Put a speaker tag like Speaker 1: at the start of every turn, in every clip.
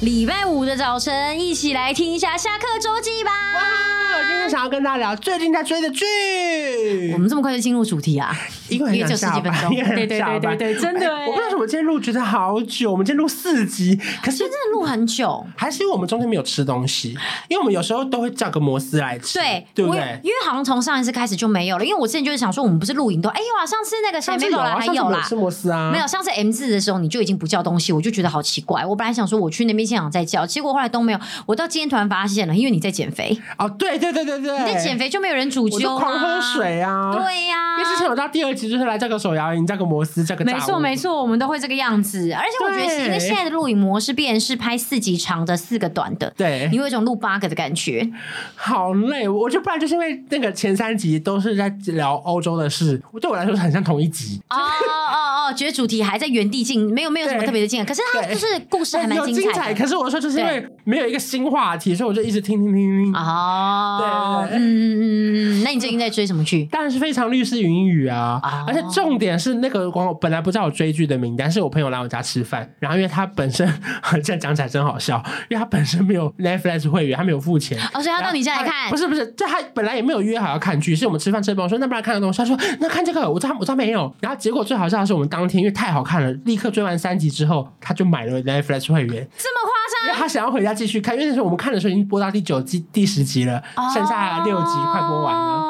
Speaker 1: 礼拜五的早晨，一起来听一下下课周记吧。
Speaker 2: 我今天想要跟大家聊最近在追的剧，
Speaker 1: 我们这么快就进入主题啊？
Speaker 2: 一个很
Speaker 1: 因为
Speaker 2: 想
Speaker 1: 就十
Speaker 2: 下
Speaker 1: 几分
Speaker 2: 班，
Speaker 1: 钟，
Speaker 2: 一个很
Speaker 1: 对对
Speaker 2: 想
Speaker 1: 对
Speaker 2: 下班
Speaker 1: 对对，真的耶。
Speaker 2: 哎我不知道为什么今天录觉得好久，我们今天录四 集，可是
Speaker 1: 真的录很久。
Speaker 2: 还是因为我们中间没有吃东西，因为我们有时候都会叫个摩斯来吃，
Speaker 1: 对，
Speaker 2: 对不
Speaker 1: 我
Speaker 2: 对？
Speaker 1: 因为好像从上一次开始就没有了，因为我之前就是想说，我们不是录影都，哎呦啊，上次那个谁
Speaker 2: 上
Speaker 1: 没
Speaker 2: 次有
Speaker 1: 啦，
Speaker 2: 啊，
Speaker 1: 还
Speaker 2: 上次我们
Speaker 1: 啦
Speaker 2: 有，吃摩斯啊，
Speaker 1: 没有，上次 M 字的时候你就已经不叫东西，我就觉得好奇怪。我本来想说我去那边现场再叫，结果后来都没有。我到今天突然发现了，因为你在减肥，
Speaker 2: 哦，对对对对对，
Speaker 1: 你在减肥就没有人煮
Speaker 2: 我就
Speaker 1: 粥、啊，
Speaker 2: 狂喝。水啊，
Speaker 1: 对呀、
Speaker 2: 因为之前有到第二集就是来叫个手摇饮，叫个摩斯，叫个炸
Speaker 1: 没错
Speaker 2: 物
Speaker 1: 没错，我们都会这个样子。而且我觉得是因为
Speaker 2: 对
Speaker 1: 现在的录影模式，变成是拍四集长的，四个短的，
Speaker 2: 对
Speaker 1: 你会有一种录八个的感 觉。
Speaker 2: 好累，我就不然就是因为那个前三集都是在聊欧洲的事，对我来说很像同一集，
Speaker 1: 哦哦哦，觉得主题还在原地进，没有没有什么
Speaker 2: 对
Speaker 1: 特别的进展，可是它
Speaker 2: 对哎
Speaker 1: 就是故事还蛮
Speaker 2: 有
Speaker 1: 精
Speaker 2: 精
Speaker 1: 彩
Speaker 2: 可
Speaker 1: 的。
Speaker 2: 是我说就是因为没有一个新话题，所以我就一直听听听
Speaker 1: 啊
Speaker 2: 听。
Speaker 1: 哦，嗯
Speaker 2: 对
Speaker 1: 嗯嗯嗯，那你最近在追什么剧？
Speaker 2: 当然是非常律师云雨啊，
Speaker 1: 哦
Speaker 2: 而且重点是那个我本来不知道我追剧的名单，是我朋友来我家吃饭，然后因为他本身 现在讲起来真好笑，因为他本身没有 Netflix 会员，他没有付钱，
Speaker 1: 哦，所以他到你家来看
Speaker 2: 哎不，是不是，这他本来也没有约好要看剧，是我们吃饭吃饱，我说那不然看个东西，他说那看这个，我知道我知道没有。然后结果最好笑的是，我们当天因为太好看了，立刻追完三集之后，他就买了 Netflix 会员，
Speaker 1: 这么夸
Speaker 2: 因
Speaker 1: 张
Speaker 2: 为？他想要回家继续看，因为那时候我们看的时候已经播到第九集、第十集了，剩下六集快播完了。
Speaker 1: 哦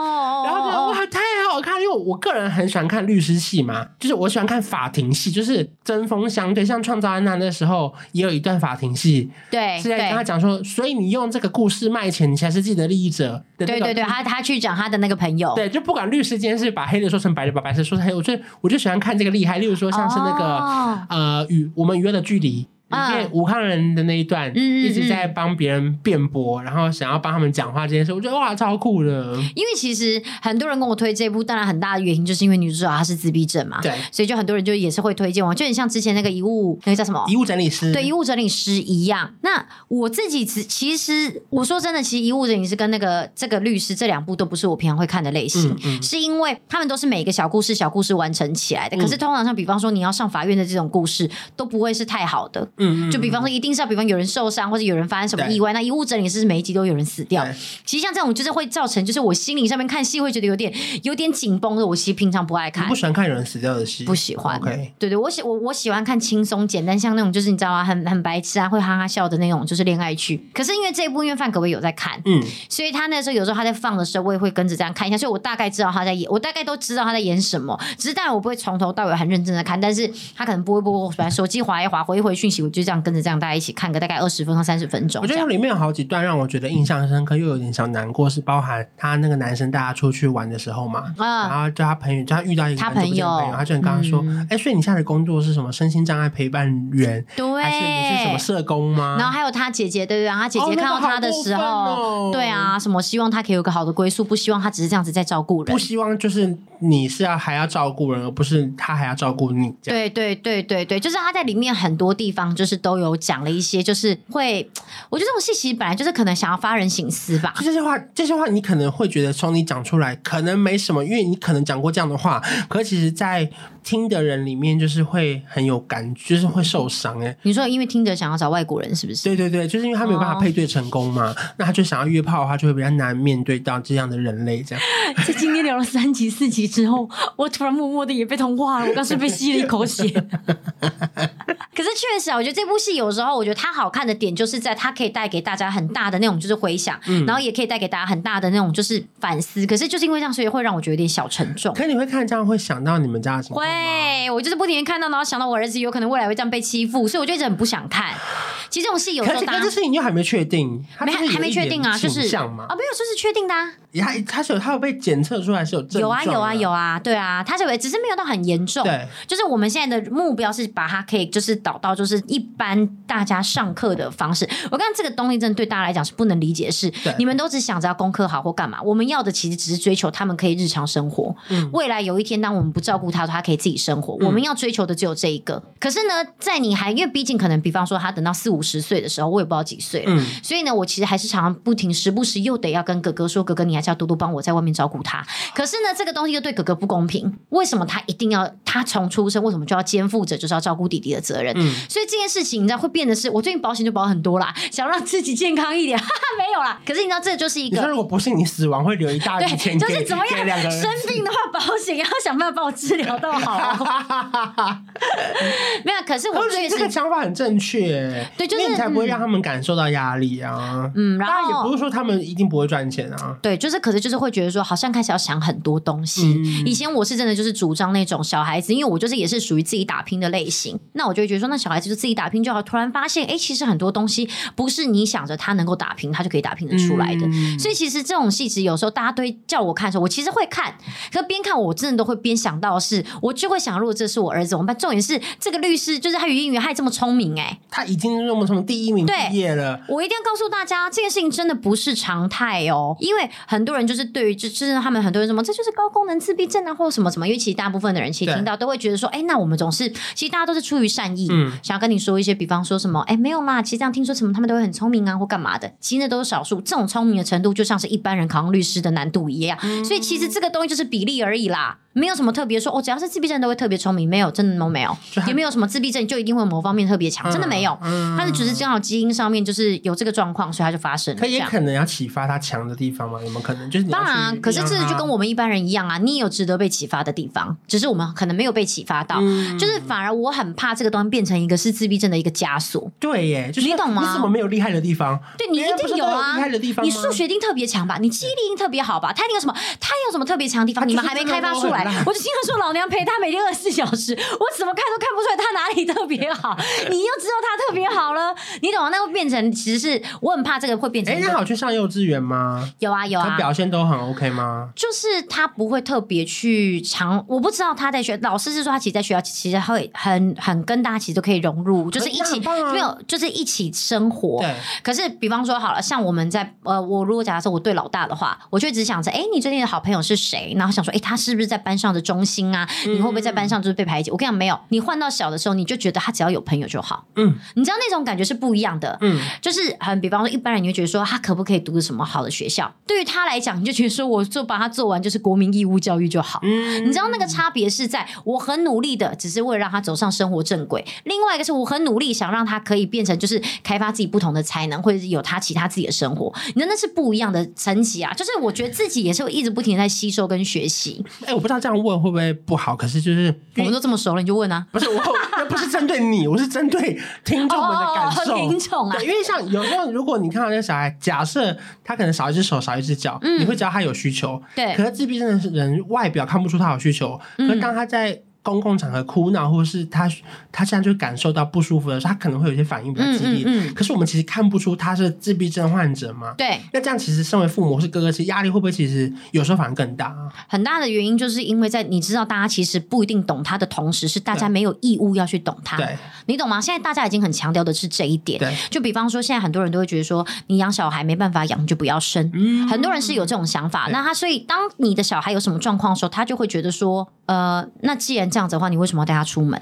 Speaker 2: 然后就哇，太好看！因为我个人很喜欢看律师戏嘛，就是我喜欢看法庭戏，就是针锋相对。像《创造安娜》那时候也有一段法庭戏，
Speaker 1: 对
Speaker 2: 是在跟他
Speaker 1: 对
Speaker 2: 讲说，所以你用这个故事卖钱，你才是自己的利益者的那
Speaker 1: 对
Speaker 2: 个
Speaker 1: 对对，他他去讲他的那个朋友，
Speaker 2: 对，就不管律师今天是把黑的说成白的，把白的说成黑的，我就我就喜欢看这个厉害。例如说像是那个、
Speaker 1: 哦
Speaker 2: 呃与我们约的距离。里面
Speaker 1: 嗯
Speaker 2: 武康人的那一段，
Speaker 1: 嗯嗯
Speaker 2: 一直在帮别人辩驳，然后想要帮他们讲话这件事，我觉得哇，超酷的。
Speaker 1: 因为其实很多人跟我推这部，当然很大的原因就是因为女主角她是自闭症嘛，
Speaker 2: 对，
Speaker 1: 所以就很多人就也是会推荐我，就很像之前那个遗物，那个叫什么？
Speaker 2: 遗物整理师，
Speaker 1: 对遗物整理师一样，那我自己其其实我说真的，其实遗物整理师跟那个这个律师这两部都不是我平常会看的类型，
Speaker 2: 嗯嗯
Speaker 1: 是因为他们都是每个小故事小故事完成起来的。可是通常像比方说你要上法院的这种故事，都不会是太好的。
Speaker 2: 嗯嗯，
Speaker 1: 就比方说，一定是要比方有人受伤，或者有人发生什么
Speaker 2: 对
Speaker 1: 意外，那遗物整理师每一集都有人死掉
Speaker 2: 对。
Speaker 1: 其实像这种就是会造成，就是我心灵上面看戏会觉得有点有点紧绷的。我其实平常不爱
Speaker 2: 你
Speaker 1: 看
Speaker 2: 不，喜欢看有人死掉的戏，
Speaker 1: 不喜欢。
Speaker 2: OK，
Speaker 1: 对对，我喜我我喜欢看轻松简单，像那种就是你知道吗、很很白痴啊，会哈哈笑的那种，就是恋爱剧。可是因为这一部，因为范可薇有在看，
Speaker 2: 嗯，
Speaker 1: 所以他那时候有时候他在放的时候，我也会跟着这样看一下，所以我大概知道他在演，我大概都知道他在演什么。只是当然我不会从头到尾很认真的看，但是他可能播一播，反正手机划一划，回一回讯息，我就这样跟着这样大家一起看个大概二十分到三十分钟
Speaker 2: 我
Speaker 1: 这
Speaker 2: 觉得
Speaker 1: 样。
Speaker 2: 里面有好几段让我觉得印象深刻，又有点小难过，是包含他那个男生带他出去玩的时候嘛，
Speaker 1: 啊
Speaker 2: 然后就他朋友，就他遇到一个
Speaker 1: 他
Speaker 2: 很久不
Speaker 1: 朋
Speaker 2: 见的
Speaker 1: 友嗯
Speaker 2: 朋友，他就很跟他说：“哎、所以你现在的工作是什么？身心障碍陪伴员，
Speaker 1: 对，
Speaker 2: 还是你是什么社工吗？”
Speaker 1: 然后还有他姐姐，对不对？他姐
Speaker 2: 啊哦
Speaker 1: 姐
Speaker 2: 那个
Speaker 1: 看到他的时候，
Speaker 2: 好过分哦
Speaker 1: 对啊，什么希望他可以有个好的归宿，不希望他只是这样子在照顾人
Speaker 2: 不。希望就是你是要还要照顾人，而不是他还要照顾你。这样
Speaker 1: 对对对对对，就是他在里面很多地方就是都有讲了一些，就是会，我觉得这种戏其实本来就是可能想要发人省思吧。
Speaker 2: 就这些话，这些话你可能会觉得从你讲出来可能没什么，因为你可能讲过这样的话，可其实，在听的人里面就是会很有感，就是会受伤哎、
Speaker 1: 你说因为听着想要找外国人是不是？
Speaker 2: 对对对，就是因为他没有办法配对成功嘛，那他就想要约炮的话，就会比较难面对到这样的人类这样。
Speaker 1: 在今天聊了三集四集之后，我突然默默的也被同化了，我刚是被吸了一口血。 可是确实啊，我觉得这部戏有时候，我觉得它好看的点就是在它可以带给大家很大的那种就是回响，
Speaker 2: 嗯
Speaker 1: 然后也可以带给大家很大的那种就是反思。可是就是因为这样，所以会让我觉得有点小沉重。
Speaker 2: 可你会看这样会想到你们家的情况吗，
Speaker 1: 会，我就是不停的看到，然后想到我儿子有可能未来会这样被欺负，所以我就一直很不想看。其实这种戏有时
Speaker 2: 可
Speaker 1: 候
Speaker 2: 是
Speaker 1: 大
Speaker 2: 可
Speaker 1: 家
Speaker 2: 是这事情你又还没确定，他
Speaker 1: 没
Speaker 2: 就是有
Speaker 1: 还没
Speaker 2: 一
Speaker 1: 确
Speaker 2: 点
Speaker 1: 定啊，就是
Speaker 2: 倾向
Speaker 1: 啊
Speaker 2: 嘛，
Speaker 1: 没有，就是确定的、啊。
Speaker 2: 他他是有他有被检测出来是有症
Speaker 1: 有
Speaker 2: 状
Speaker 1: 啊
Speaker 2: 的
Speaker 1: 有啊有啊，对啊，它是有，只是没有到很严重。
Speaker 2: 对
Speaker 1: 就是我们现在的目标是把它可以就是导到就是一般大家上课的方式。我刚刚这个东西真的对大家来讲是不能理解的是，
Speaker 2: 对
Speaker 1: 你们都只想着要功课好或干嘛，我们要的其实只是追求他们可以日常生活。
Speaker 2: 嗯
Speaker 1: 未来有一天，当我们不照顾他的时候，他可以自己生活。我们要追求的只有这一个。可是呢，在你还因为毕竟可能，比方说他等到四五十岁的时候，我也不知道几岁了。
Speaker 2: 嗯
Speaker 1: 所以呢，我其实还是常常不停，时不时又得要跟哥哥说：“哥哥，你还是要多多帮我在外面照顾他。”可是呢，这个东西又对哥哥不公平。为什么他一定要他从出生，为什么就要肩负着就是要照顾弟弟的责任？
Speaker 2: 嗯
Speaker 1: 所以这件事情，你知道会变得是我最近保险就保很多啦，想让自己健康一点，哈 哈，没有啦。可是你知道，这就是一
Speaker 2: 你
Speaker 1: 个
Speaker 2: 说如果不是你死亡会留一大笔
Speaker 1: 对，
Speaker 2: 钱给
Speaker 1: 就是怎么
Speaker 2: 给两个
Speaker 1: 样
Speaker 2: 人
Speaker 1: 生病的话，保险要想办法帮我治疗到好、 哦。没有，可是我
Speaker 2: 我觉
Speaker 1: 确
Speaker 2: 得这个
Speaker 1: 实，
Speaker 2: 想法很正确，
Speaker 1: 对就是
Speaker 2: 因为你才不会让他们感受到压力啊。
Speaker 1: 嗯，然
Speaker 2: 当然也
Speaker 1: 后
Speaker 2: 不是说他们一定不会赚钱啊。
Speaker 1: 对，就是可是就是会觉得说，好像开始要想很多东西。
Speaker 2: 嗯
Speaker 1: 以前我是真的就是主张那种小孩子，因为我就是也是属于自己打拼的类型，那我就会觉得说，那小孩子就自己打拼就好。突然发现，哎，其实很多东西不是你想着他能够打拼，他就可以打拼得出来的。
Speaker 2: 嗯
Speaker 1: 所以其实这种戏子有时候大家都会叫我看的时候，我其实会看，可边看我真的都会边想到的是，我就会想，如果这是我儿子怎么办？重点是这个律师就是他语音语还这么聪明哎、
Speaker 2: 他已经是我们从第一名毕
Speaker 1: 对
Speaker 2: 业了，
Speaker 1: 我一定要告诉大家，这件事情真的不是常态哦，因为很多人就是对于就就是他们很多人什么这就是高功能自闭症啊，或者什么什么，因为其实大部分的人其实
Speaker 2: 对
Speaker 1: 听到都会觉得说，哎，那我们总是其实大家都是出于善意，
Speaker 2: 嗯
Speaker 1: 想要跟你说一些，比方说什么，哎，没有啦，其实这样听说什么他们都会很聪明啊，或干嘛的，其实那都是少数，这种聪明的程度就像是一般人考上律师的难度一样，
Speaker 2: 嗯
Speaker 1: 所以其实这个东西就是比例而已啦。没有什么特别说，哦，只要是自闭症都会特别聪明，没有，真的都没 有
Speaker 2: 就，他
Speaker 1: 也没有什么自闭症就一定会某方面特别强，真的没有。
Speaker 2: 嗯
Speaker 1: 但是只是正好基因上面就是有这个状况，所以它就发生了。
Speaker 2: 可
Speaker 1: 这
Speaker 2: 也
Speaker 1: 样。
Speaker 2: 可能要启发他强的地方嘛？有没有可能就是你要
Speaker 1: 当然啊、
Speaker 2: 去
Speaker 1: 可是
Speaker 2: 让
Speaker 1: 这
Speaker 2: 他
Speaker 1: 就跟我们一般人一样啊，你也有值得被启发的地方，只是我们可能没有被启发到。
Speaker 2: 嗯
Speaker 1: 就是反而我很怕这个东西变成一个是自闭症的一个枷锁。
Speaker 2: 对耶，就是
Speaker 1: 你懂吗
Speaker 2: 你怎么没有厉害的地方？
Speaker 1: 对你
Speaker 2: 别
Speaker 1: 一
Speaker 2: 人不
Speaker 1: 定
Speaker 2: 是都
Speaker 1: 啊
Speaker 2: 厉害的地，方吗
Speaker 1: 你数学一定特别强吧？你记忆力一定特别好吧？他一定有什么？他有什么特别强的地
Speaker 2: 他
Speaker 1: 方？
Speaker 2: 就
Speaker 1: 你
Speaker 2: 是
Speaker 1: 们还没开发出来
Speaker 2: 真的都很烂？
Speaker 1: 我就经常说，老娘陪他每天二十四小时， 我怎么看都看不出来他哪里特别好。你又知道他特别好了，你懂吗？那会变成其实是我很怕这个会变成
Speaker 2: 哎
Speaker 1: 一，个。
Speaker 2: 那好去上幼稚园吗？
Speaker 1: 有啊有
Speaker 2: 他
Speaker 1: 啊，
Speaker 2: 表现都很 OK 吗？
Speaker 1: 就是他不会特别去常，我不知道他在学，老师是说他其实在学校其实会很很跟大家其实都可以融入，就是一
Speaker 2: 那
Speaker 1: 起、
Speaker 2: 很棒啊
Speaker 1: 没有，就是一起生活。
Speaker 2: 对，
Speaker 1: 可是，比方说好了，像我们在呃，我如果假设我对老大的话，我就只想着，哎，你最近的好朋友是谁？然后想说，哎，他是不是在班上的中心啊？
Speaker 2: 嗯
Speaker 1: 你会不会在班上就是被排挤？我跟你讲，没有，你换到小的时候，你就觉得他只要有朋友就好，
Speaker 2: 嗯
Speaker 1: 你知道那种感觉是不一样的。
Speaker 2: 嗯，
Speaker 1: 就是很，比方说一般人你会觉得说他可不可以读什么好的学校，对于他来讲，你就觉得说我就把他做完就是国民义务教育就好。
Speaker 2: 嗯
Speaker 1: 你知道那个差别是在我很努力的，只是为了让他走上生活正轨；另外一个是我很努力想让他可以变成就是开发自己不同的才能，或者是有他其他自己的生活。你知道那是不一样的层级啊！就是我觉得自己也是会一直不停地在吸收跟学习。
Speaker 2: 哎，我不知道这样问会不会不好，可是就是
Speaker 1: 我们都这么熟了，你就问啊。
Speaker 2: 不是我，那不是针对你，我是针对听众们的感受。
Speaker 1: 哦 听众啊
Speaker 2: 对，因为像有时候，如果你看到这个小孩，假设他可能少一只手、少一只脚，
Speaker 1: 嗯
Speaker 2: 你会知道他有需求。
Speaker 1: 对嗯
Speaker 2: 可是自闭症的人外表看不出他有需求，可是当他在公共场合哭闹，或是他他现在就感受到不舒服的时候，他可能会有一些反应比较激烈。
Speaker 1: 嗯嗯嗯
Speaker 2: 可是我们其实看不出他是自闭症患者嘛。
Speaker 1: 对，
Speaker 2: 那这样其实身为父母或是哥哥，其实压力会不会其实有时候反而更大啊？
Speaker 1: 很大的原因就是因为在你知道大家其实不一定懂他的同时，是大家
Speaker 2: 对
Speaker 1: 没有义务要去懂他。
Speaker 2: 对，
Speaker 1: 你懂吗？现在大家已经很强调的是这一点。
Speaker 2: 对
Speaker 1: 就比方说，现在很多人都会觉得说，你养小孩没办法养，你就不要生。很多人是有这种想法。
Speaker 2: 嗯对
Speaker 1: 那他所以，当你的小孩有什么状况的时候，他就会觉得说，呃，那既然这样子的话，你为什么要带他出门？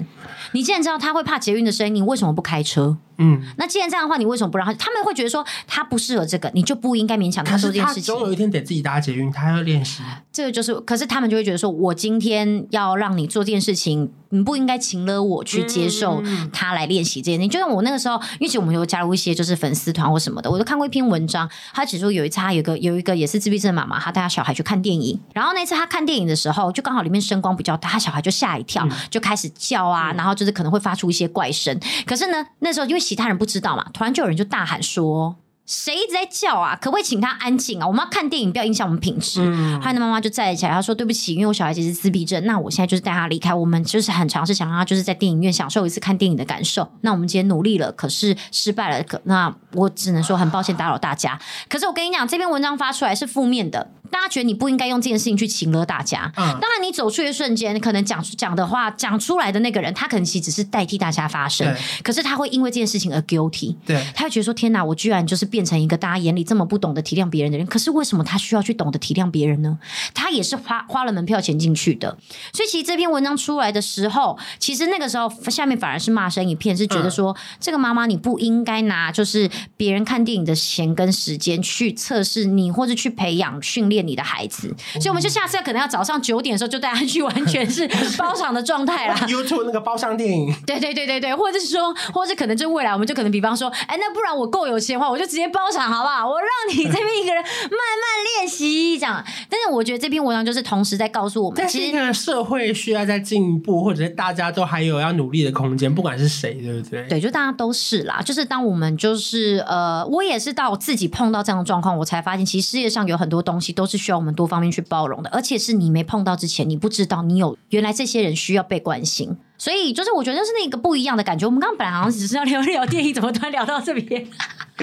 Speaker 1: 你既然知道他会怕捷运的声音，你为什么不开车？
Speaker 2: 嗯。
Speaker 1: 那既然这样的话，你为什么不让他？他们会觉得说他不适合这个，你就不应该勉强
Speaker 2: 可
Speaker 1: 他做
Speaker 2: 是
Speaker 1: 这件
Speaker 2: 他
Speaker 1: 事情
Speaker 2: 总。有一天得自己搭捷运，他要 练习。
Speaker 1: 这个就是，可是他们就会觉得说，我今天要让你做这件事情，你不应该请了我去接受他来练习这件事情。就像我那个时候，因为其实我们有加入一些就是粉丝团或什么的，我都看过一篇文章，他指出有一次他有一个有一个也是自闭症的妈妈，她带她小孩去看电影，然后那次她看电影的时候，就刚好里面声光比较大，她小孩就吓一跳，就开始叫啊，然后就是可能会发出一些怪声。可是呢，那时候因为其他人不知道嘛，突然就有人就大喊说。谁一直在叫啊？可不可以请他安静啊？我们要看电影，不要影响我们品质。
Speaker 2: 嗯，
Speaker 1: 他的妈妈就站起来，她说：“对不起，因为我小孩其实是自闭症，那我现在就是带他离开。我们就是很尝试想让他就是在电影院享受一次看电影的感受。那我们今天努力了，可是失败了。可那我只能说很抱歉打扰大家。可是我跟你讲，这篇文章发出来是负面的，大家觉得你不应该用这件事情去请了大家。
Speaker 2: 嗯
Speaker 1: 当然，你走出去的瞬间，可能讲讲的话，讲出来的那个人，他可能其实只是代替大家发声
Speaker 2: 对，
Speaker 1: 可是他会因为这件事情而 guilty。
Speaker 2: 对
Speaker 1: 他会觉得说：“天哪，我居然就是变成一个大家眼里这么不懂得体谅别人的人。可是为什么他需要去懂得体谅别人呢？他也是花花了门票钱进去的。所以其实这篇文章出来的时候，其实那个时候下面反而是骂声一片，是觉得说、这个妈妈你不应该拿就是别人看电影的钱跟时间去测试你，或者去培养训练你的孩子。所以我们就下次可能要早上九点的时候就带他去，完全是包场的状态啦。
Speaker 2: ，YouTube 那个包厢 电影，
Speaker 1: 对对对对对，或者是说，或者可能就未来我们就可能比方说，哎，那不然我够有钱的话，我就直接包场好不好？我让你这边一个人慢慢练习这样。 但是我觉得这篇文章就是同时在告诉我们，
Speaker 2: 但是
Speaker 1: 其
Speaker 2: 一
Speaker 1: 实。
Speaker 2: 个社会需要在进步，或者是大家都还有要努力的空间，不管是谁，对不对？
Speaker 1: 对，就大家都是啦。就是当我们就是呃，我也是到我自己碰到这样的状况，我才发现，其实世界上有很多东西都是需要我们多方面去包容的，而且是你没碰到之前，你不知道你有原来这些人需要被关心。所以就是我觉得是那个不一样的感觉。我们刚刚本来好像只是要聊聊电影，怎么突然聊到这边？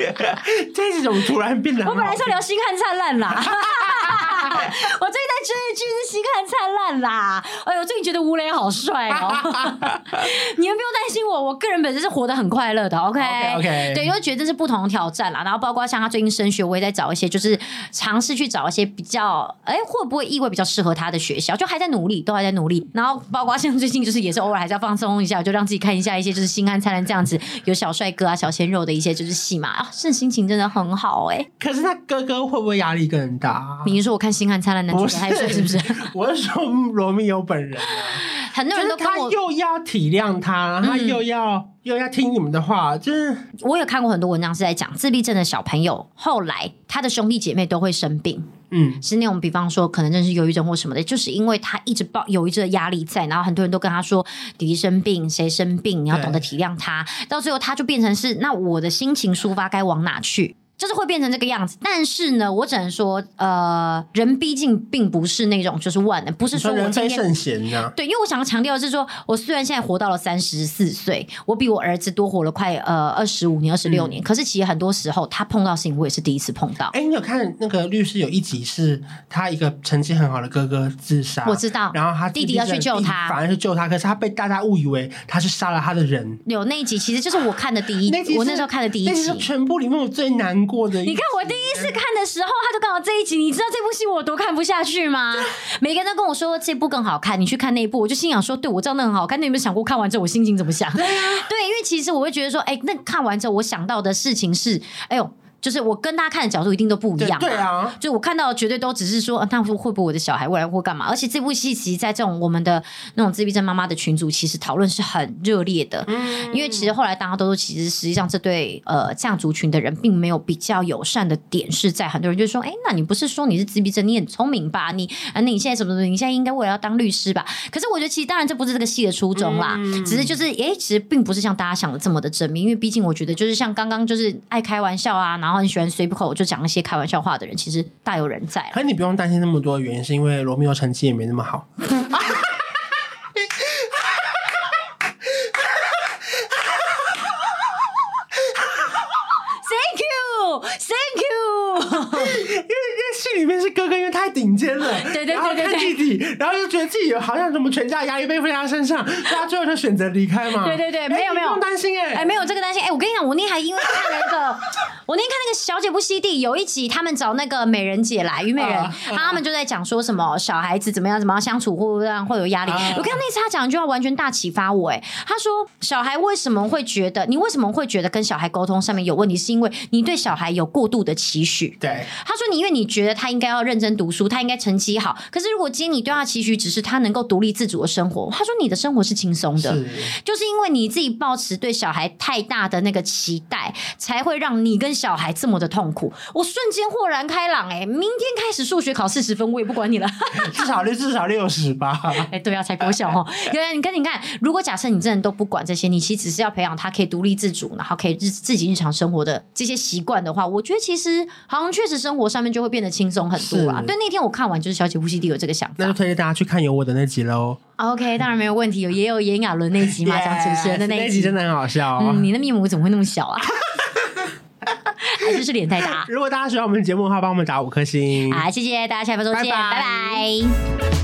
Speaker 2: 这种突然变得很好，
Speaker 1: 我本来是要聊《星汉灿烂》啦，我最近在追的剧是《星汉灿烂》啦。哎呦，我最近觉得吴磊好帅哦，你们不用担心我，我个人本身是活得很快乐的。OK
Speaker 2: OK，OK
Speaker 1: 对，因为觉得这是不同的挑战啦。然后包括像他最近升学，我也在找一些，就是尝试去找一些比较，哎，会不会意味比较适合他的学校，就还在努力，都还在努力。然后包括像最近就是也是偶尔还是要放松一下，我就让自己看一下一些就是《星汉灿烂》这样子有小帅哥啊、小鲜肉的一些就是戏嘛啊，这心情真的很好哎、
Speaker 2: 可是他哥哥会不会压力更大？
Speaker 1: 你是说我看《星汉灿烂》男主
Speaker 2: 不？
Speaker 1: 角还说是不是？
Speaker 2: 我是说罗密欧本人啊，
Speaker 1: 很多
Speaker 2: 就
Speaker 1: 人
Speaker 2: 是
Speaker 1: 都
Speaker 2: 他
Speaker 1: 跟我，嗯
Speaker 2: 又要体谅他，他又要、又要听你们的话，就是
Speaker 1: 我有看过很多文章是在讲自闭症的小朋友，后来他的兄弟姐妹都会生病，
Speaker 2: 嗯，
Speaker 1: 是那种比方说可能认识忧郁症或什么的，就是因为他一直抱有一直的压力在，然后很多人都跟他说弟弟生病，谁生病，你要懂得体谅他，到最后他就变成是那我的心情抒发该往哪去？就是会变成这个样子，但是呢，我只能说，呃，人毕竟并不是那种就是万能，不是
Speaker 2: 你
Speaker 1: 说
Speaker 2: 说
Speaker 1: 我
Speaker 2: 人
Speaker 1: 今
Speaker 2: 非
Speaker 1: 天
Speaker 2: 圣贤呢、
Speaker 1: 对，因为我想要强调的是说，我虽然现在活到了三十四岁，我比我儿子多活了快呃二十五年、二十六年，可是其实很多时候他碰到的事情，我也是第一次碰到。
Speaker 2: 嗯哎、你有看那个律师有一集是他一个成绩很好的哥哥自杀，
Speaker 1: 我知道
Speaker 2: 然后他
Speaker 1: 弟弟要去救他
Speaker 2: 反而去救他，可是他被大家误以为他是杀了他的人。
Speaker 1: 有那一集其实就是我看的第一
Speaker 2: 那集，是
Speaker 1: 我那时候看的第一
Speaker 2: 那
Speaker 1: 集
Speaker 2: 是。全部里面我最难过的一集。
Speaker 1: 你看我第一次看的时候，他就刚好这一集，你知道这部戏我有多看不下去吗？每个人都跟我说这部更好看，你去看那一部，我就心想说，对我知道那很好看，那你有没有想过看完之后我心情怎么想？
Speaker 2: 啊
Speaker 1: 对，因为其实我会觉得说，哎、那看完之后我想到的事情是，哎呦，就是我跟大家看的角度一定都不一
Speaker 2: 对
Speaker 1: 样嘛，
Speaker 2: 对啊，
Speaker 1: 就我看到的绝对都只是说，啊那、会不会我的小孩未来会干嘛？而且这部戏其实，在这种我们的那种自闭症妈妈的群组，其实讨论是很热烈的。因为其实后来大家都说，其实实际上这对呃这样族群的人，并没有比较友善的点是在很多人就说，哎，那你不是说你是自闭症，你很聪明吧？你啊，那你现在什么什么？你现在应该未来要当律师吧？可是我觉得，其实当然这不是这个戏的初衷啦，只是就是，诶，其实并不是像大家想的这么的正面，因为毕竟我觉得，就是像刚刚就是爱开玩笑啊，然后很喜欢随口就讲一些开玩笑话的人，其实大有人在啦。
Speaker 2: 可是你不用担心那么多，原因是因为罗密欧成绩也没那么 好。
Speaker 1: Thank you，Thank you 。
Speaker 2: 戏里面是哥哥，因为太顶尖了，
Speaker 1: 对对对
Speaker 2: 然后
Speaker 1: 对对
Speaker 2: 看弟弟，然后就觉得自己好像怎么全家的压力背负在他身上，所以他最后就选择离开嘛。
Speaker 1: 对对对没有没有
Speaker 2: 哎你不用担心哎、
Speaker 1: 哎、没有这个担心。哎、我跟你讲，我那天还因为看了一个，我那天看那个《小姐不吸地》，有一集他们找那个美人姐来，虞美人，
Speaker 2: 啊
Speaker 1: 然后他们就在讲说什么小孩子怎么样怎么样相处，会不会让会有压力。
Speaker 2: 啊
Speaker 1: 我看到那次他讲一句话，完全大启发我、哎，他说小孩为什么会觉得你为什么会觉得跟小孩沟通上面有问题，是因为你对小孩有过度的期许。
Speaker 2: 对，
Speaker 1: 他说：“你因为你觉得他应该要认真读书，他应该成绩好。可是如果今天你对他的期许只是他能够独立自主的生活，他说你的生活是轻松的。
Speaker 2: 是
Speaker 1: 就是因为你自己抱持对小孩太大的那个期待，才会让你跟小孩这么的痛苦。我瞬间豁然开朗、哎，明天开始数学考四十分，我也不管你了。
Speaker 2: 至少六至少六十吧。
Speaker 1: 哎、 对啊，才国小哦。原来你跟你看，如果假设你真的都不管这些，你其实只是要培养他可以独立自主，然后可以日自己日常生活的这些习惯的话，我觉得其实好像确实生活上面就会变得轻松很多啦。
Speaker 2: 是
Speaker 1: 对，那天我看完就是《小姐呼吸地》有这个想
Speaker 2: 那就
Speaker 1: 法。
Speaker 2: 推荐大家去看有我的那集喽，
Speaker 1: OK，当然没有问题，有也有炎亚纶那一 集嘛，讲主持人的啊那
Speaker 2: Yes，那
Speaker 1: 一集
Speaker 2: 嗯真的很好笑哦。
Speaker 1: 嗯，你的面膜怎么会那么小啊？还是是脸太大
Speaker 2: 嗯哎？如果大家喜欢我们的节目的话，帮我们打五颗星。
Speaker 1: 好，谢谢大家，下一分钟见，
Speaker 2: 拜拜
Speaker 1: 拜拜